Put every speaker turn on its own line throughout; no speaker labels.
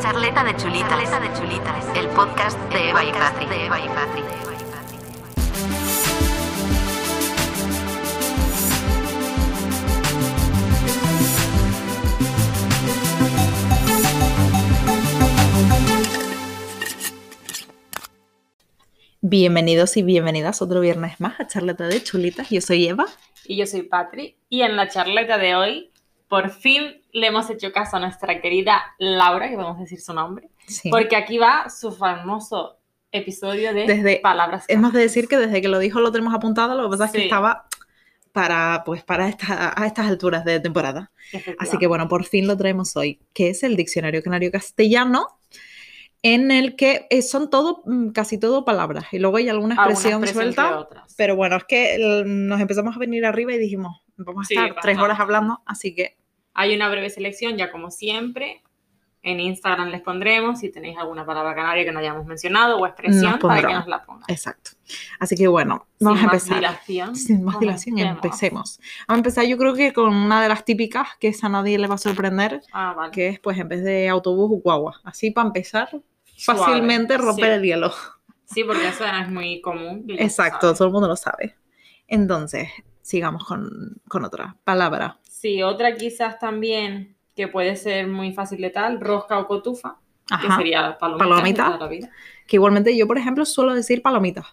Charleta de chulitas. Charleta de chulitas. El podcast de Eva y Patri. De Eva y Patri.
Bienvenidos y bienvenidas otro viernes más a Charleta de Chulitas. Yo soy Eva.
Y yo soy Patri. Y en la charleta de hoy, por fin le hemos hecho caso a nuestra querida Laura, que podemos decir su nombre,
Sí.
porque aquí va su famoso episodio de
Desde-
Palabras.
Hemos de decir que desde que lo dijo lo tenemos apuntado, lo que pasa es que
Sí.
estaba para, pues, para esta- a estas alturas de temporada. Así que bueno, por fin lo traemos hoy, que es el Diccionario Canario Castellano, en el que eh, son todo, mm, casi todo palabras, y luego hay alguna expresión suelta. Pero bueno, es que el- nos empezamos a venir arriba y dijimos, vamos a
Sí,
estar tres
bastante.
horas hablando, así que
Hay una breve selección, ya como siempre. En Instagram les pondremos si tenéis alguna palabra canaria que no hayamos mencionado o expresión para que
pondrán.
nos la pongan.
exacto. Así que bueno, vamos
Sin
a
más
empezar.
dilación,
Sin más dilación, empecemos. Vamos a empezar yo creo que con una de las típicas, que esa a nadie le va a sorprender,
Ah, vale.
que es pues en vez de autobús, guagua. Así para empezar,
Suave.
fácilmente romper
Sí.
el hielo.
Sí, porque eso es muy común. y lo
Exacto,
saben.
todo el mundo lo sabe. Entonces, sigamos con, con otra palabra.
Sí, otra quizás también que puede ser muy fácil de tal, rosca o cotufa, que
Ajá. Que,
sería palomita.
Palomita. igualmente yo, por ejemplo, suelo decir palomitas.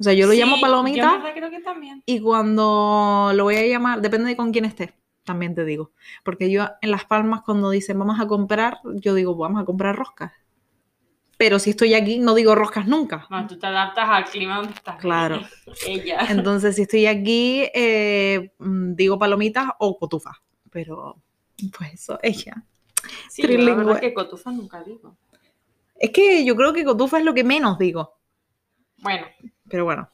O sea, yo lo llamo
Yo en
palomita
verdad creo que también.
y cuando lo voy a llamar, depende de con quién esté, también te digo. Porque yo en Las Palmas cuando dicen vamos a comprar, yo digo vamos a comprar roscas. Pero si estoy aquí, no digo roscas nunca.
Bueno, tú te adaptas al clima donde estás.
Claro.
Ella.
Entonces, si estoy aquí, eh, mm, digo palomitas o cotufas. Pero, pues eso, ella.
Sí, yo la verdad
trilingüe.
es que cotufa nunca digo.
Es que yo creo que cotufa es lo que menos digo.
Bueno,
Pero bueno,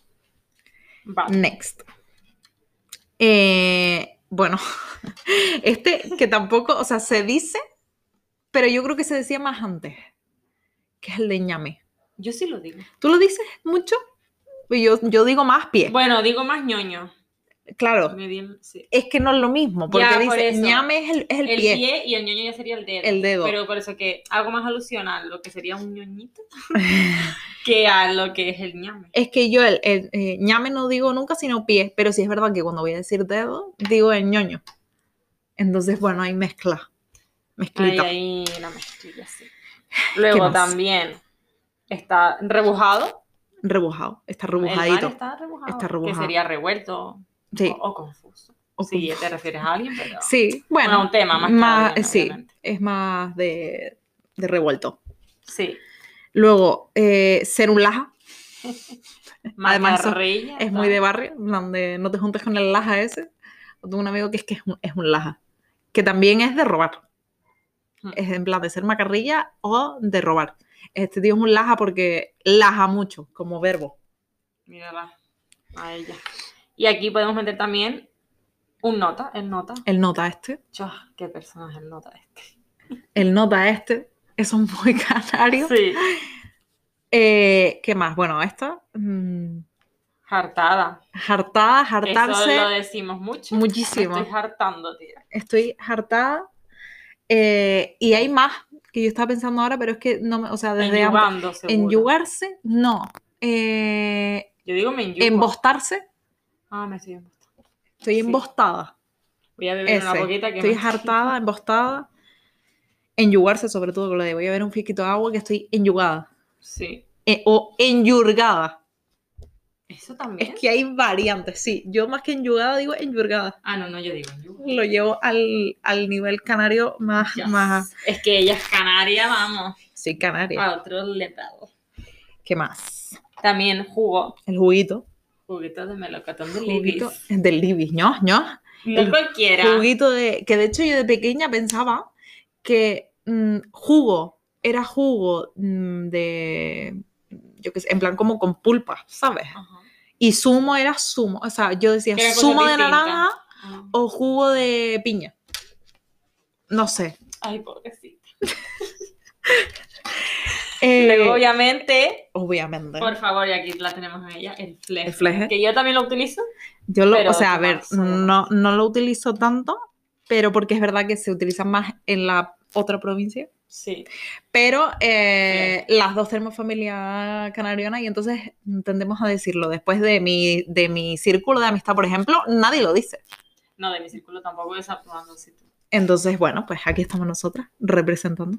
Mm.
vale.
next. Eh, bueno, este que tampoco, o sea, se dice, pero yo creo que se decía más antes, que es el de ñame.
Yo sí lo digo.
¿Tú lo dices mucho? Y Yo, yo digo más pie.
Bueno, digo más ñoño.
claro,
Me di- sí.
es que no es lo mismo, porque
Ya,
dice
por eso.
ñame es el, es el
El
pie,
pie. y el ñoño ya sería el dedo.
el dedo.
Pero por eso que algo más alusional, lo que sería un ñoñito, que a lo que es el ñame.
Es que yo el, el, eh, ñame no digo nunca, sino pie, pero sí es verdad que cuando voy a decir dedo, digo el ñoño. Entonces, bueno, hay mezcla.
Ahí,
Mezclita.
ahí la mezclilla, sí. Luego
más?
también está rebujado.
Rebujado. Está
El mar
rebujadito.
está rebujado.
Está rebujado.
Que sería revuelto
Sí.
o, o confuso.
o
Si
con-
te refieres a alguien, pero...
sí, bueno. eh,
un tema más que alguien,
sí,
obviamente.
es más de, de revuelto.
Sí.
Luego, eh, ser un laja. Además, eso
Macarrilla,
Es
tal.
muy de barrio, donde no te juntes con el laja ese. Yo Tengo un amigo que es que es un, es un laja, que también es de robar.
Hmm.
Es en plan de ser macarrilla o de robar. Este tío es un laja porque laja mucho, como verbo.
Mírala. A ella. Y aquí podemos meter también un nota, el nota.
El nota este,
Chua, qué personaje el nota este.
el nota este, eso es muy canario.
Sí.
Eh, ¿Qué más? Bueno, esta, mm,
Hartada.
jartada, jartarse,
Eso lo decimos mucho.
muchísimo.
Me estoy hartando, tía.
estoy hartada. Eh, y hay más que yo estaba pensando ahora, pero es que no me, o sea, desde antes-
Enyugando, seguro.
Enyugarse, no. Eh,
Yo digo me enyugo.
embostarse,
Ah, me estoy embostando.
estoy
Sí.
embostada.
Voy a beber
Ese.
una poquita que
Estoy
me-
hartada, embostada. Enyugarse, sobre todo, con lo de voy a ver un fiquito de agua que estoy enyugada.
Sí.
Eh, o enyurgada.
Eso también.
Es que hay variantes, sí. Yo más que enyugada digo enyurgada.
Ah, no, no, yo digo yo.
Lo llevo al, al nivel canario más,
Yes.
más.
Es que ella es canaria, vamos.
Sí, canario.
A otro level.
¿Qué más?
También jugo.
El juguito.
Juguito de melocotón de
Juguito
libis.
del Libis, ¿no? ¿No?
No
el
cualquiera.
juguito de. Que de hecho yo de pequeña pensaba que mm, jugo era jugo mm, de. Yo qué sé, en plan como con pulpa, ¿sabes?
Ajá.
Y zumo era zumo. O sea, yo decía
Que eran
zumo de
cosas distintas.
naranja
Ah.
o jugo de piña. No sé.
Ay, pobrecita.
Eh,
Luego, obviamente,
obviamente.
por favor, y aquí la tenemos a ella, el fleje.
El fleje.
Que yo también lo utilizo.
Yo lo,
pero
o sea, a
qué
ver,
más,
no,
además.
no lo utilizo tanto, pero porque es verdad que se utiliza más en la otra provincia.
Sí.
Pero eh, las dos tenemos familia canariana y entonces tendemos a decirlo. Después de mi, de mi círculo de amistad, por ejemplo, nadie lo dice.
No, de mi círculo tampoco es actuando así tú.
Entonces, bueno, pues aquí estamos nosotras representando.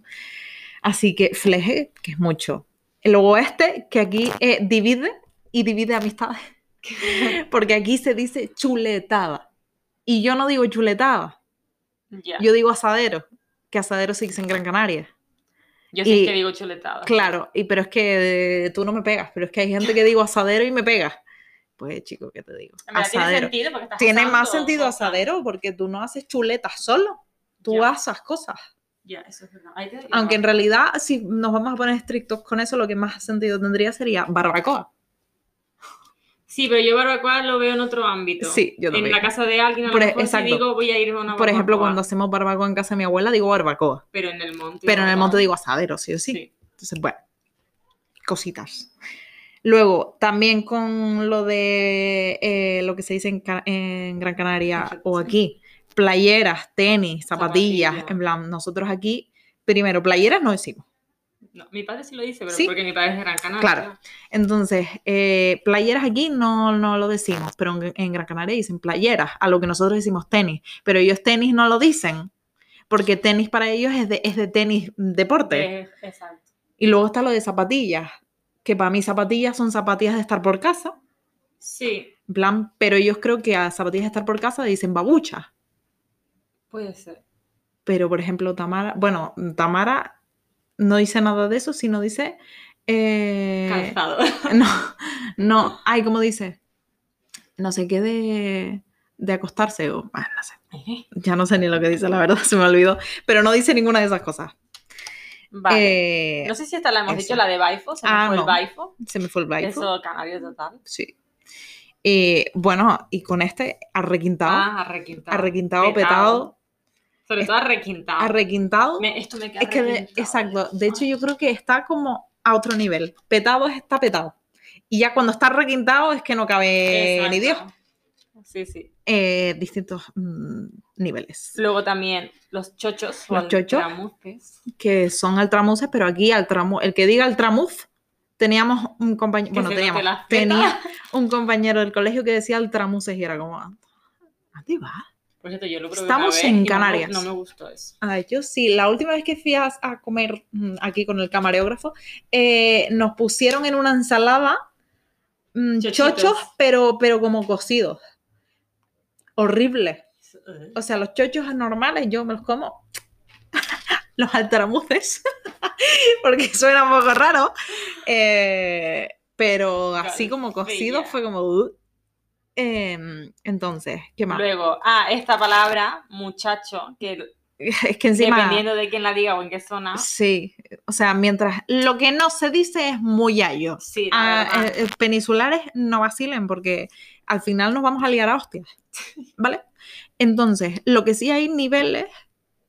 Así que fleje, que es mucho. Luego este, que aquí eh, divide y divide amistades. Porque aquí se dice chuletada. Y yo no digo chuletada,
Ya. Yo,
yo digo asadero. Que asadero se dice en Gran Canaria.
sí
y-
que digo chuletada.
Claro, y pero es que eh, tú no me pegas, pero es que hay gente que digo asadero y me pega. Pues chico, ¿qué te digo?
En verdad, Tiene
Asadero.
sentido porque estás
Tiene
asando,
más sentido
o sea,
asadero porque tú no haces chuletas solo, tú
Ya.
asas cosas.
Ya, eso es verdad. Ahí te-
Aunque en realidad, si nos vamos a poner estrictos con eso, lo que más sentido tendría sería barbacoa.
Sí, pero yo barbacoa lo veo en otro ámbito.
Sí, yo
En
también.
la casa de alguien, a lo
Por e-
mejor si
exacto.
digo voy a ir a una
Por ejemplo,
barbacoa,
cuando hacemos barbacoa en casa de mi abuela, digo barbacoa.
Pero en el monte.
Pero en el
barbacoa.
monte digo asadero, sí o sí.
Sí.
Entonces, bueno, cositas. Luego, también con lo de eh, lo que se dice en, Ca- en Gran Canaria o
Sí.
aquí, playeras, tenis, zapatillas,
Zapatillas.
en plan, nosotros aquí, primero, playeras no decimos.
No, mi padre sí lo dice, pero
Sí.
porque mi padre es de Gran Canaria.
Claro. Entonces, eh, playeras aquí no, no lo decimos, pero en, en Gran Canaria dicen playeras, a lo que nosotros decimos tenis, pero ellos tenis no lo dicen, porque tenis para ellos es de, es de tenis deporte.
Es- Pues, exacto.
Y luego está lo de zapatillas, que para mí zapatillas son zapatillas de estar por casa,
Sí,
en plan, pero ellos creo que a zapatillas de estar por casa dicen babuchas.
puede ser.
Pero, por ejemplo, Tamara, bueno, Tamara no dice nada de eso, sino dice... eh,
Calzado.
no, no, ay, ¿cómo dice? No sé qué de, de acostarse o... ah, no sé, ya no sé ni lo que dice, la verdad, se me olvidó. Pero no dice ninguna de esas cosas.
vale.
Eh,
no sé si esta la hemos
eso.
dicho, la de Baifo. Se me
Ah,
fue
no.
el Baifo.
Se me fue el baile.
Eso, canario total.
Sí. Eh, bueno, y con este arrequintado,
Ah, arrequintado.
arrequintado,
petado.
petado,
Sobre todo arrequintado.
arrequintado.
Me- esto me queda
es que, de-
arrequintado.
exacto, de hecho
Ay,
yo creo que está como a otro nivel. Petado es- está petado. Y ya cuando está arrequintado es que no cabe eh, ni Dios.
exacto. Sí, sí.
Eh, distintos mm, niveles.
Luego también los chochos. o
Los chochos.
altramuces.
Que son altramuces, pero aquí altramu el que diga altramuz, teníamos un compañero,
Que
bueno,
se
teníamos,
note la fiesta.
tenía un compañero del colegio que decía altramuces y era como, "Ah, ¿a ti va?
Por cierto, yo lo probé
Estamos
una vez
en
y no me-
Canarias.
No, me gustó eso.
Ah, yo sí, la última vez que fui a, a comer mm, aquí con el camarógrafo, eh, nos pusieron en una ensalada mm,
Chochitos.
chochos, pero, pero como cocidos. Horrible.
Eh,
O sea, los chochos normales yo me los como. los altaramuces, porque suena un poco raro. eh, pero así como cocidos
Calcilla.
fue como... "Uh". Em, entonces, ¿qué más?
Luego, ah, esta palabra, muchacho, que
es que encima...
dependiendo de quién la diga o en qué zona.
Sí, o sea, mientras lo que no se dice es muyayo.
Sí, la
A,
verdad.
eh, eh, peninsulares no vacilen porque al final nos vamos a liar a hostias, ¿vale? Entonces, lo que sí hay niveles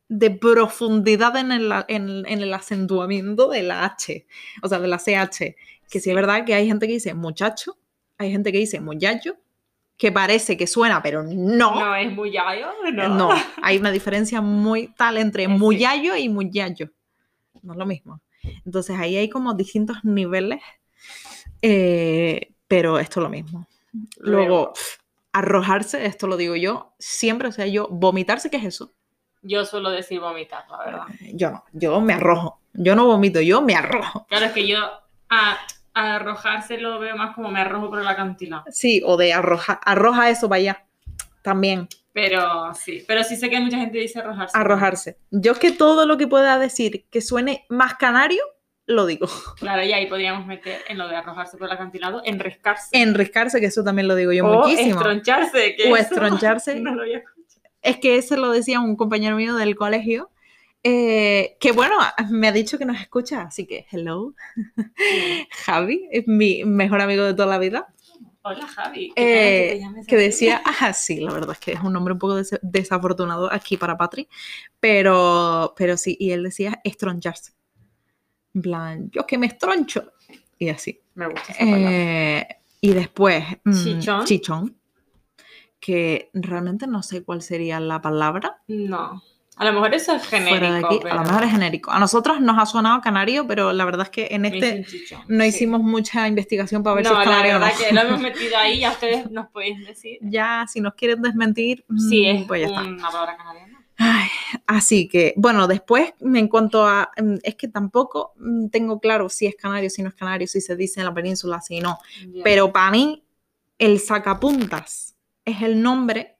de profundidad en el, a- en- en el acentuamiento de la H, o sea, de la CH, que sí es verdad que hay gente que dice muchacho, hay gente que dice muyayo, que parece que suena, pero no,
no es muy yayo,
no,
no.
hay una diferencia muy tal entre
Eh, sí.
muyayo y muyayo, no es lo mismo. Entonces ahí hay como distintos niveles, eh, pero esto es lo mismo. Luego,
Luego.
pf, arrojarse, esto lo digo yo, siempre, o sea, yo, vomitarse, ¿qué es eso?
Yo suelo decir vomitar, la verdad.
Yo no, yo me arrojo. Yo no vomito, yo me arrojo.
Claro, es que yo a, a arrojarse lo veo más como me arrojo por el acantilado.
Sí, o de arroja, arroja eso para allá. También,
Pero sí, pero sí sé que mucha gente dice arrojarse.
arrojarse. Yo es que todo lo que pueda decir que suene más canario, lo digo.
Claro, y ahí podríamos meter en lo de arrojarse por el acantilado, enrescarse.
Enriscarse, que eso también lo digo Eh, yo
o
muchísimo.
estroncharse. Que
O
eso
estroncharse.
No lo había escuchado.
Es que eso lo decía un compañero mío del colegio, eh, que bueno, me ha dicho que nos escucha, así que hello, Javi, es mi mejor amigo de toda la vida.
Hola, Javi. ¿qué
Eh,
tal que te llames
que
así?
decía, ah, sí, la verdad es que es un nombre un poco des- desafortunado aquí para Patri, pero, pero sí, y él decía estroncharse. En plan, yo que me estroncho. Y así.
Me gusta esa palabra.
Eh, y después, mm,
Chichón.
chichón, que realmente no sé cuál sería la palabra.
No. A lo mejor eso es genérico.
fuera de aquí.
pero-
A lo mejor es genérico. A nosotros nos ha sonado canario, pero la verdad es que en
Me hice un
este
chichón,
no
sí.
hicimos mucha investigación para ver si
No,
es
la
canario o no.
verdad que lo hemos metido ahí, ya ustedes nos podéis decir
Ya, si nos quieren desmentir, mm,
si es
pues ya está.
una palabra canadiana.
Ay, así que, bueno, después en cuanto a, mm, es que tampoco mm, tengo claro si es canario, si no es canario, si se dice en la península, si no.
Ya.
Pero para mí, el sacapuntas es el nombre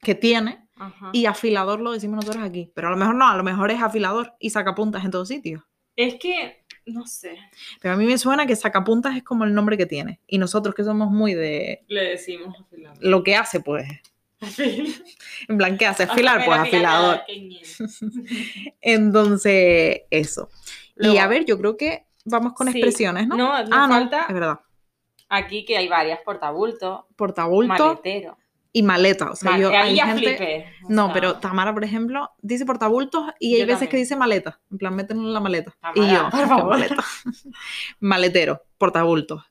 que tiene
Ajá.
y afilador lo decimos nosotros aquí. Pero a lo mejor no, a lo mejor es afilador y sacapuntas en todos sitios.
Es que, no sé,
Pero a mí me suena que sacapuntas es como el nombre que tiene. Y nosotros que somos muy de
le decimos afilador.
lo que hace, pues. En plan, ¿qué hace? Afilar, pues afilador. Entonces, eso. y a ver, yo creo que vamos con
Sí.
expresiones, ¿no?
No, no,
ah, no,
falta
es verdad.
aquí que hay varias, portabulto,
Portabulto
maletero.
y maleta. O sea,
Mal-
yo,
ahí
hay
ya
gente-
flipé, o
No,
sea,
pero Tamara, por ejemplo, dice portabultos y hay
Yo
veces que
también.
dice maleta. En plan, mételo en la maleta. y
Tamara,
yo,
por
¿qué
favor.
maleta? Maletero, portabultos.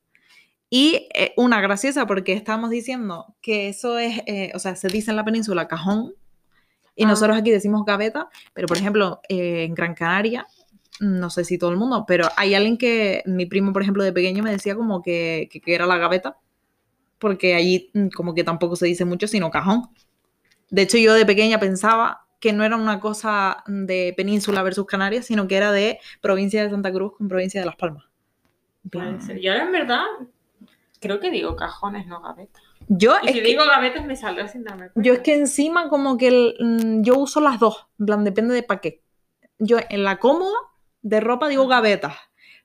Y eh, una graciosa porque estábamos diciendo que eso es, eh, o sea, se dice en la península cajón y
Ah.
nosotros aquí decimos gaveta, pero por ejemplo, eh, en Gran Canaria, no sé si todo el mundo, pero hay alguien que, mi primo, por ejemplo, de pequeño me decía como que, que, que era la gaveta, porque allí mm, como que tampoco se dice mucho, sino cajón. De hecho, yo de pequeña pensaba que no era una cosa de península versus Canarias, sino que era de provincia de Santa Cruz con provincia de Las Palmas. En plan,
puede ser. Yo ahora en verdad creo que digo cajones, no gavetas.
Yo
Y
Ah, es
si
que-
digo gavetas me saldrá sin darme cuenta.
Yo es que encima como que el- mm, yo uso las dos, en plan, depende de para qué. Yo en la cómoda de ropa digo gavetas,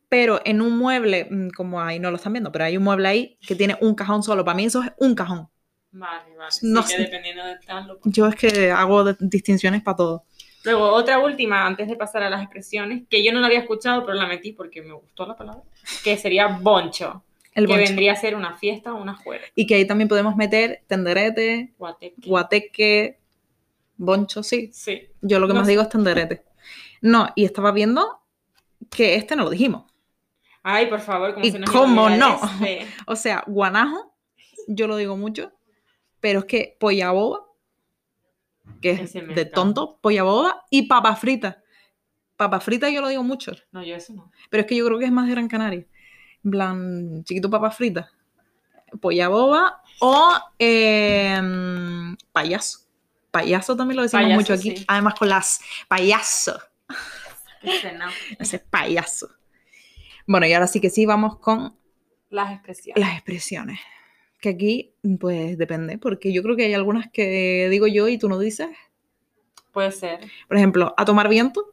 pero en un mueble, mm, como ahí no lo están viendo, pero hay un mueble ahí que tiene un cajón solo, para mí eso es un cajón.
Vale, vale.
No
sí, que
sé.
dependiendo de tal. lo-
Yo es que hago de- distinciones para todo.
Luego, otra última, antes de pasar a las expresiones, que yo no la había escuchado, pero la metí porque me gustó la palabra, que sería boncho,
El
que
bonche.
vendría a ser una fiesta o una juerga.
Y que ahí también podemos meter tenderete,
Guateque.
guateque, boncho, sí.
Sí.
Yo lo que
No
más
sé.
digo es tenderete. No, y estaba viendo que este no lo dijimos.
Ay, por favor, ¿cómo
¿Y
se nos
cómo
olvida
no?
este?
O sea, guanajo, yo lo digo mucho, pero es que polla boba, que es
Ese me
de
encanta.
tonto, polla boba y papa frita. Papa frita yo lo digo mucho,
No, yo eso no.
pero es que yo creo que es más de Gran Canaria. En plan, chiquito papa frita, polla boba o eh, payaso. Payaso también lo decimos
Payaso,
mucho aquí,
sí.
además con las payaso.
Ese no.
Ese es payaso. Bueno, y ahora sí que sí, vamos con
Las expresiones.
las expresiones. Que aquí, pues depende, porque yo creo que hay algunas que digo yo y tú no dices.
Puede ser.
Por ejemplo, a tomar viento,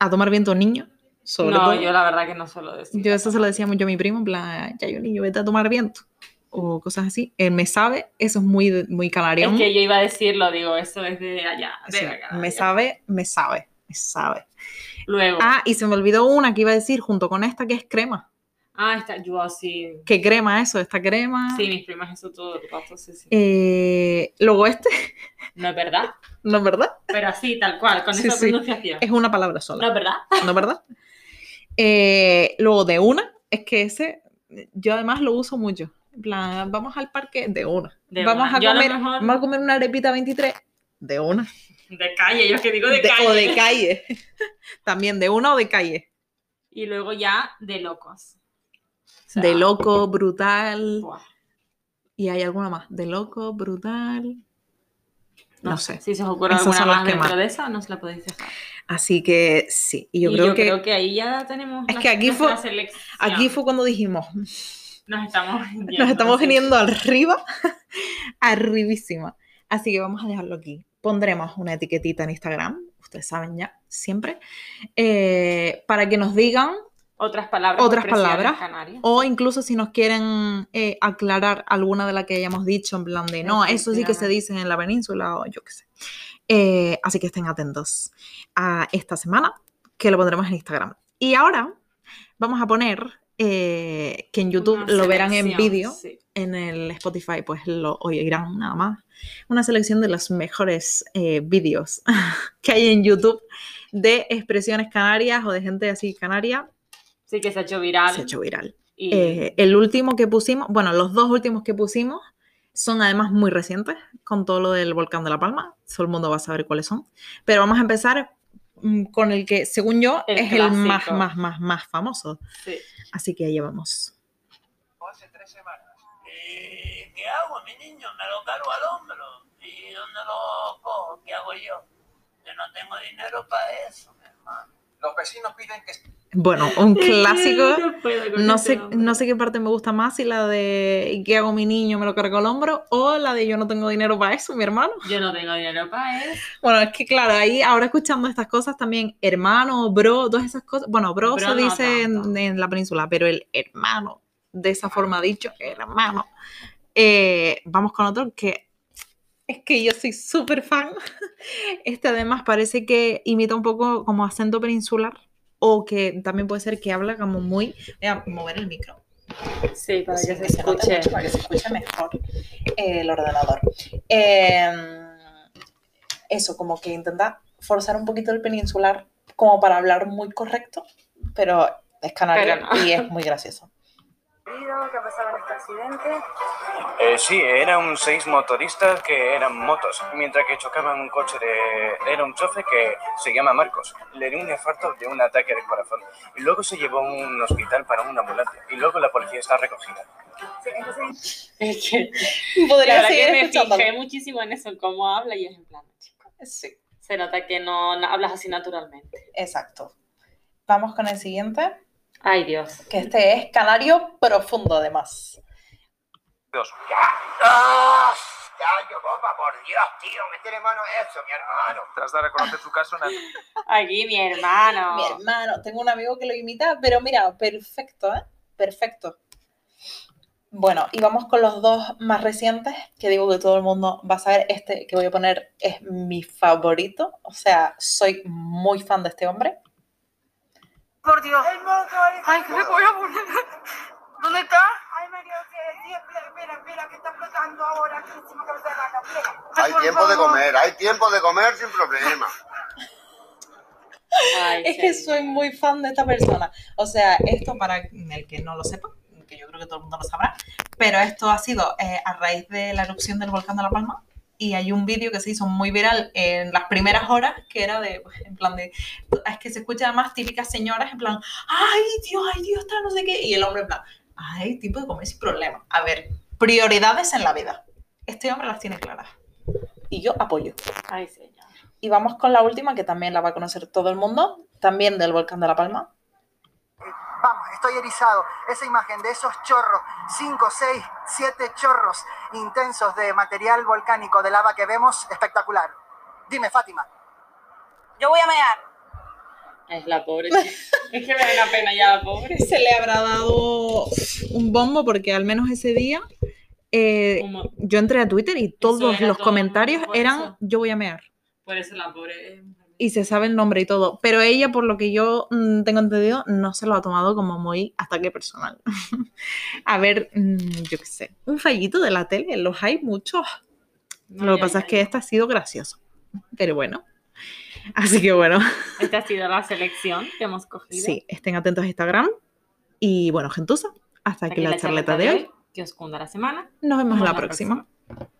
a tomar viento niño, sobre
no,
todo.
yo la verdad que no suelo decir.
Yo eso se lo decía mucho a mi primo, en plan, ya yo niño, vete a tomar viento. O cosas así. El me sabe, eso es muy, de- muy
Es
canarión.
que yo iba a decirlo, digo, eso es de allá. de
Sí,
la Canaria.
me sabe, me sabe, me sabe.
Luego. Ah,
Ah, y se me olvidó una que iba a decir junto con esta que es crema.
ah, está. Yo así.
¿Qué crema eso? Esta crema.
Sí, mis primas, eso todo el rato. Sí, sí.
Eh, luego este,
No es verdad.
¿no es verdad?
Pero así, tal cual, con
Sí,
esa
sí.
pronunciación.
Es una palabra sola.
No es verdad.
¿no es verdad? Eh, luego de una, es que ese, yo además lo uso mucho. En plan, vamos al parque de una.
De
vamos,
una.
A
Yo a lo
comer,
mejor-
vamos a comer una arepita 23 de una.
De calle, yo que digo de,
De-
calle.
O de calle. También de una o de calle.
Y luego ya de locos. O sea,
de loco, brutal.
buah,
Y hay alguna más. De loco, brutal. No sé.
Si se os ocurre
Esas
alguna
son las
más
que
dentro
más.
de esa, nos la podéis dejar.
Así que sí. Y yo,
y
creo,
yo
que
creo que ahí ya tenemos
Es
la-
que aquí fue-
nuestra selección.
aquí fue cuando dijimos,
nos estamos viniendo,
Nos estamos
sí.
viniendo arriba, arribísima. Así que vamos a dejarlo aquí. Pondremos una etiquetita en Instagram, ustedes saben ya, siempre, eh, para que nos digan
otras palabras
Otras
expresiones
palabras.
canarias.
o incluso si nos quieren eh, aclarar alguna de la que hayamos dicho en plan de, no, eso sí que se
Efectivamente.
dice en la península o yo qué sé. Eh, así que estén atentos a esta semana que lo pondremos en Instagram. Y ahora vamos a poner eh, que en YouTube
Una
lo verán en
selección,
vídeo
sí.
en el Spotify pues lo oirán nada más. Una selección de los mejores eh, vídeos que hay en YouTube de expresiones canarias o de gente así canaria.
Sí, que se ha hecho viral.
Se ha hecho eh, viral.
y
Eh, el último que pusimos, bueno, los dos últimos que pusimos Son además muy recientes con todo lo del volcán de La Palma. Todo el mundo va a saber cuáles son. Pero vamos a empezar mm, con el que, según yo,
El
es el más,
clásico.
más, más, más famoso.
Sí.
Así que allá vamos.
hace tres semanas. ¿Y qué hago, mi niño? Me lo cargo al hombro. ¿Y dónde lo cojo? ¿Qué hago yo? Yo no tengo dinero para eso, mi hermano. Los vecinos piden que
Bueno, un clásico.
No puedo con
No
este
sé,
hombre.
no sé qué parte me gusta más, si la de ¿y ¿qué hago mi niño? Me lo cargo al hombro o la de yo no tengo dinero para eso, mi hermano.
Yo no tengo dinero para eso.
Bueno, es que claro, ahí ahora escuchando estas cosas también, hermano, bro, todas esas cosas. Bueno, bro,
Bro
se
no
dice en,
tanto.
en la península, pero el hermano, de esa forma dicho, hermano. Eh, vamos con otro que es que yo soy súper fan. Este además parece que imita un poco como acento peninsular o que también puede ser que habla como muy... Voy a mover el micro
Sí, para que
sí,
se
que se note
escuche.
mucho, para que se escuche mejor eh, el ordenador. Eh, eso, como que intenta forzar un poquito el peninsular como para hablar muy correcto, pero es canario
Pero no.
y es muy gracioso.
¿Qué ha pasado en este accidente?
Eh, sí, eran seis motoristas que eran motos, mientras que chocaban un coche de... Era un chofe que se llama Marcos. Le dio un infarto de un ataque de corazón. Y luego se llevó a un hospital para una ambulancia. Y luego la policía está recogida.
Sí, entonces,
Es que, la
Podría
verdad
seguir
que me
escuchándolo.
fijé muchísimo en eso, en cómo habla y es en plan, chico,
Sí,
se nota que no, no hablas así naturalmente.
exacto. Vamos con el siguiente,
Ay, Dios.
que este es canario profundo además.
Dos.
¡Ah! Ya, yo boba, por Dios, tío. Métele mano a eso, mi hermano.
Tras dar a conocer su caso, una...
Aquí mi hermano.
Mi hermano, tengo un amigo que lo imita, pero mira, perfecto, ¿eh? Perfecto. Bueno, y vamos con los dos más recientes, que digo que todo el mundo va a saber. Este que voy a poner es mi favorito, o sea, soy muy fan de este hombre.
Por Dios.
El motor.
Ay, ¿qué me voy a poner? ¿Dónde está?
Ay, María Auxilio, mira, mira, mira, que está explotando ahora. Que encima que me está la
Ay,
Hay
por
tiempo de
favor.
comer, hay tiempo de comer sin problema.
Ay,
Es que
sí.
soy muy fan de esta persona. O sea, esto para el que no lo sepa, que yo creo que todo el mundo lo sabrá, pero esto ha sido eh, a raíz de la erupción del volcán de La Palma. Y hay un vídeo que se hizo muy viral en las primeras horas, que era de, en plan de, es que se escucha además típicas señoras en plan, ay Dios, ay Dios, está no sé qué, y el hombre en plan, ay, tipo de comer sin problema. A ver, prioridades en la vida. Este hombre las tiene claras. Y yo apoyo.
Ay, señor.
Y vamos con la última, que también la va a conocer todo el mundo, también del volcán de La Palma.
Vamos, estoy erizado. Esa imagen de esos chorros, 5, 6, 7 chorros intensos de material volcánico de lava que vemos, espectacular. Dime, Fátima.
Yo voy a mear.
Es la pobre. chica. es que me da una pena ya la pobre.
Se le habrá dado un bombo porque al menos ese día eh,
Como-
yo entré a Twitter y todos
era
los
todo,
comentarios
por
eran
eso.
yo voy a mear.
Por eso la pobre. eh, es mujer.
Y se sabe el nombre y todo. Pero ella, por lo que yo mm, tengo entendido, no se lo ha tomado como muy ataque personal. a ver, mm, yo qué sé, un fallito de la tele, los hay muchos.
No,
lo que
ya,
pasa
ya,
es que
ya.
este ha sido gracioso. Pero bueno. Así que bueno.
Esta ha sido la selección que hemos cogido.
Sí, estén atentos a Instagram. Y bueno, gentuza, hasta aquí, la, charleta, de hoy.
Que os cunda la semana.
Nos vemos
Nos
en la
vemos
próxima.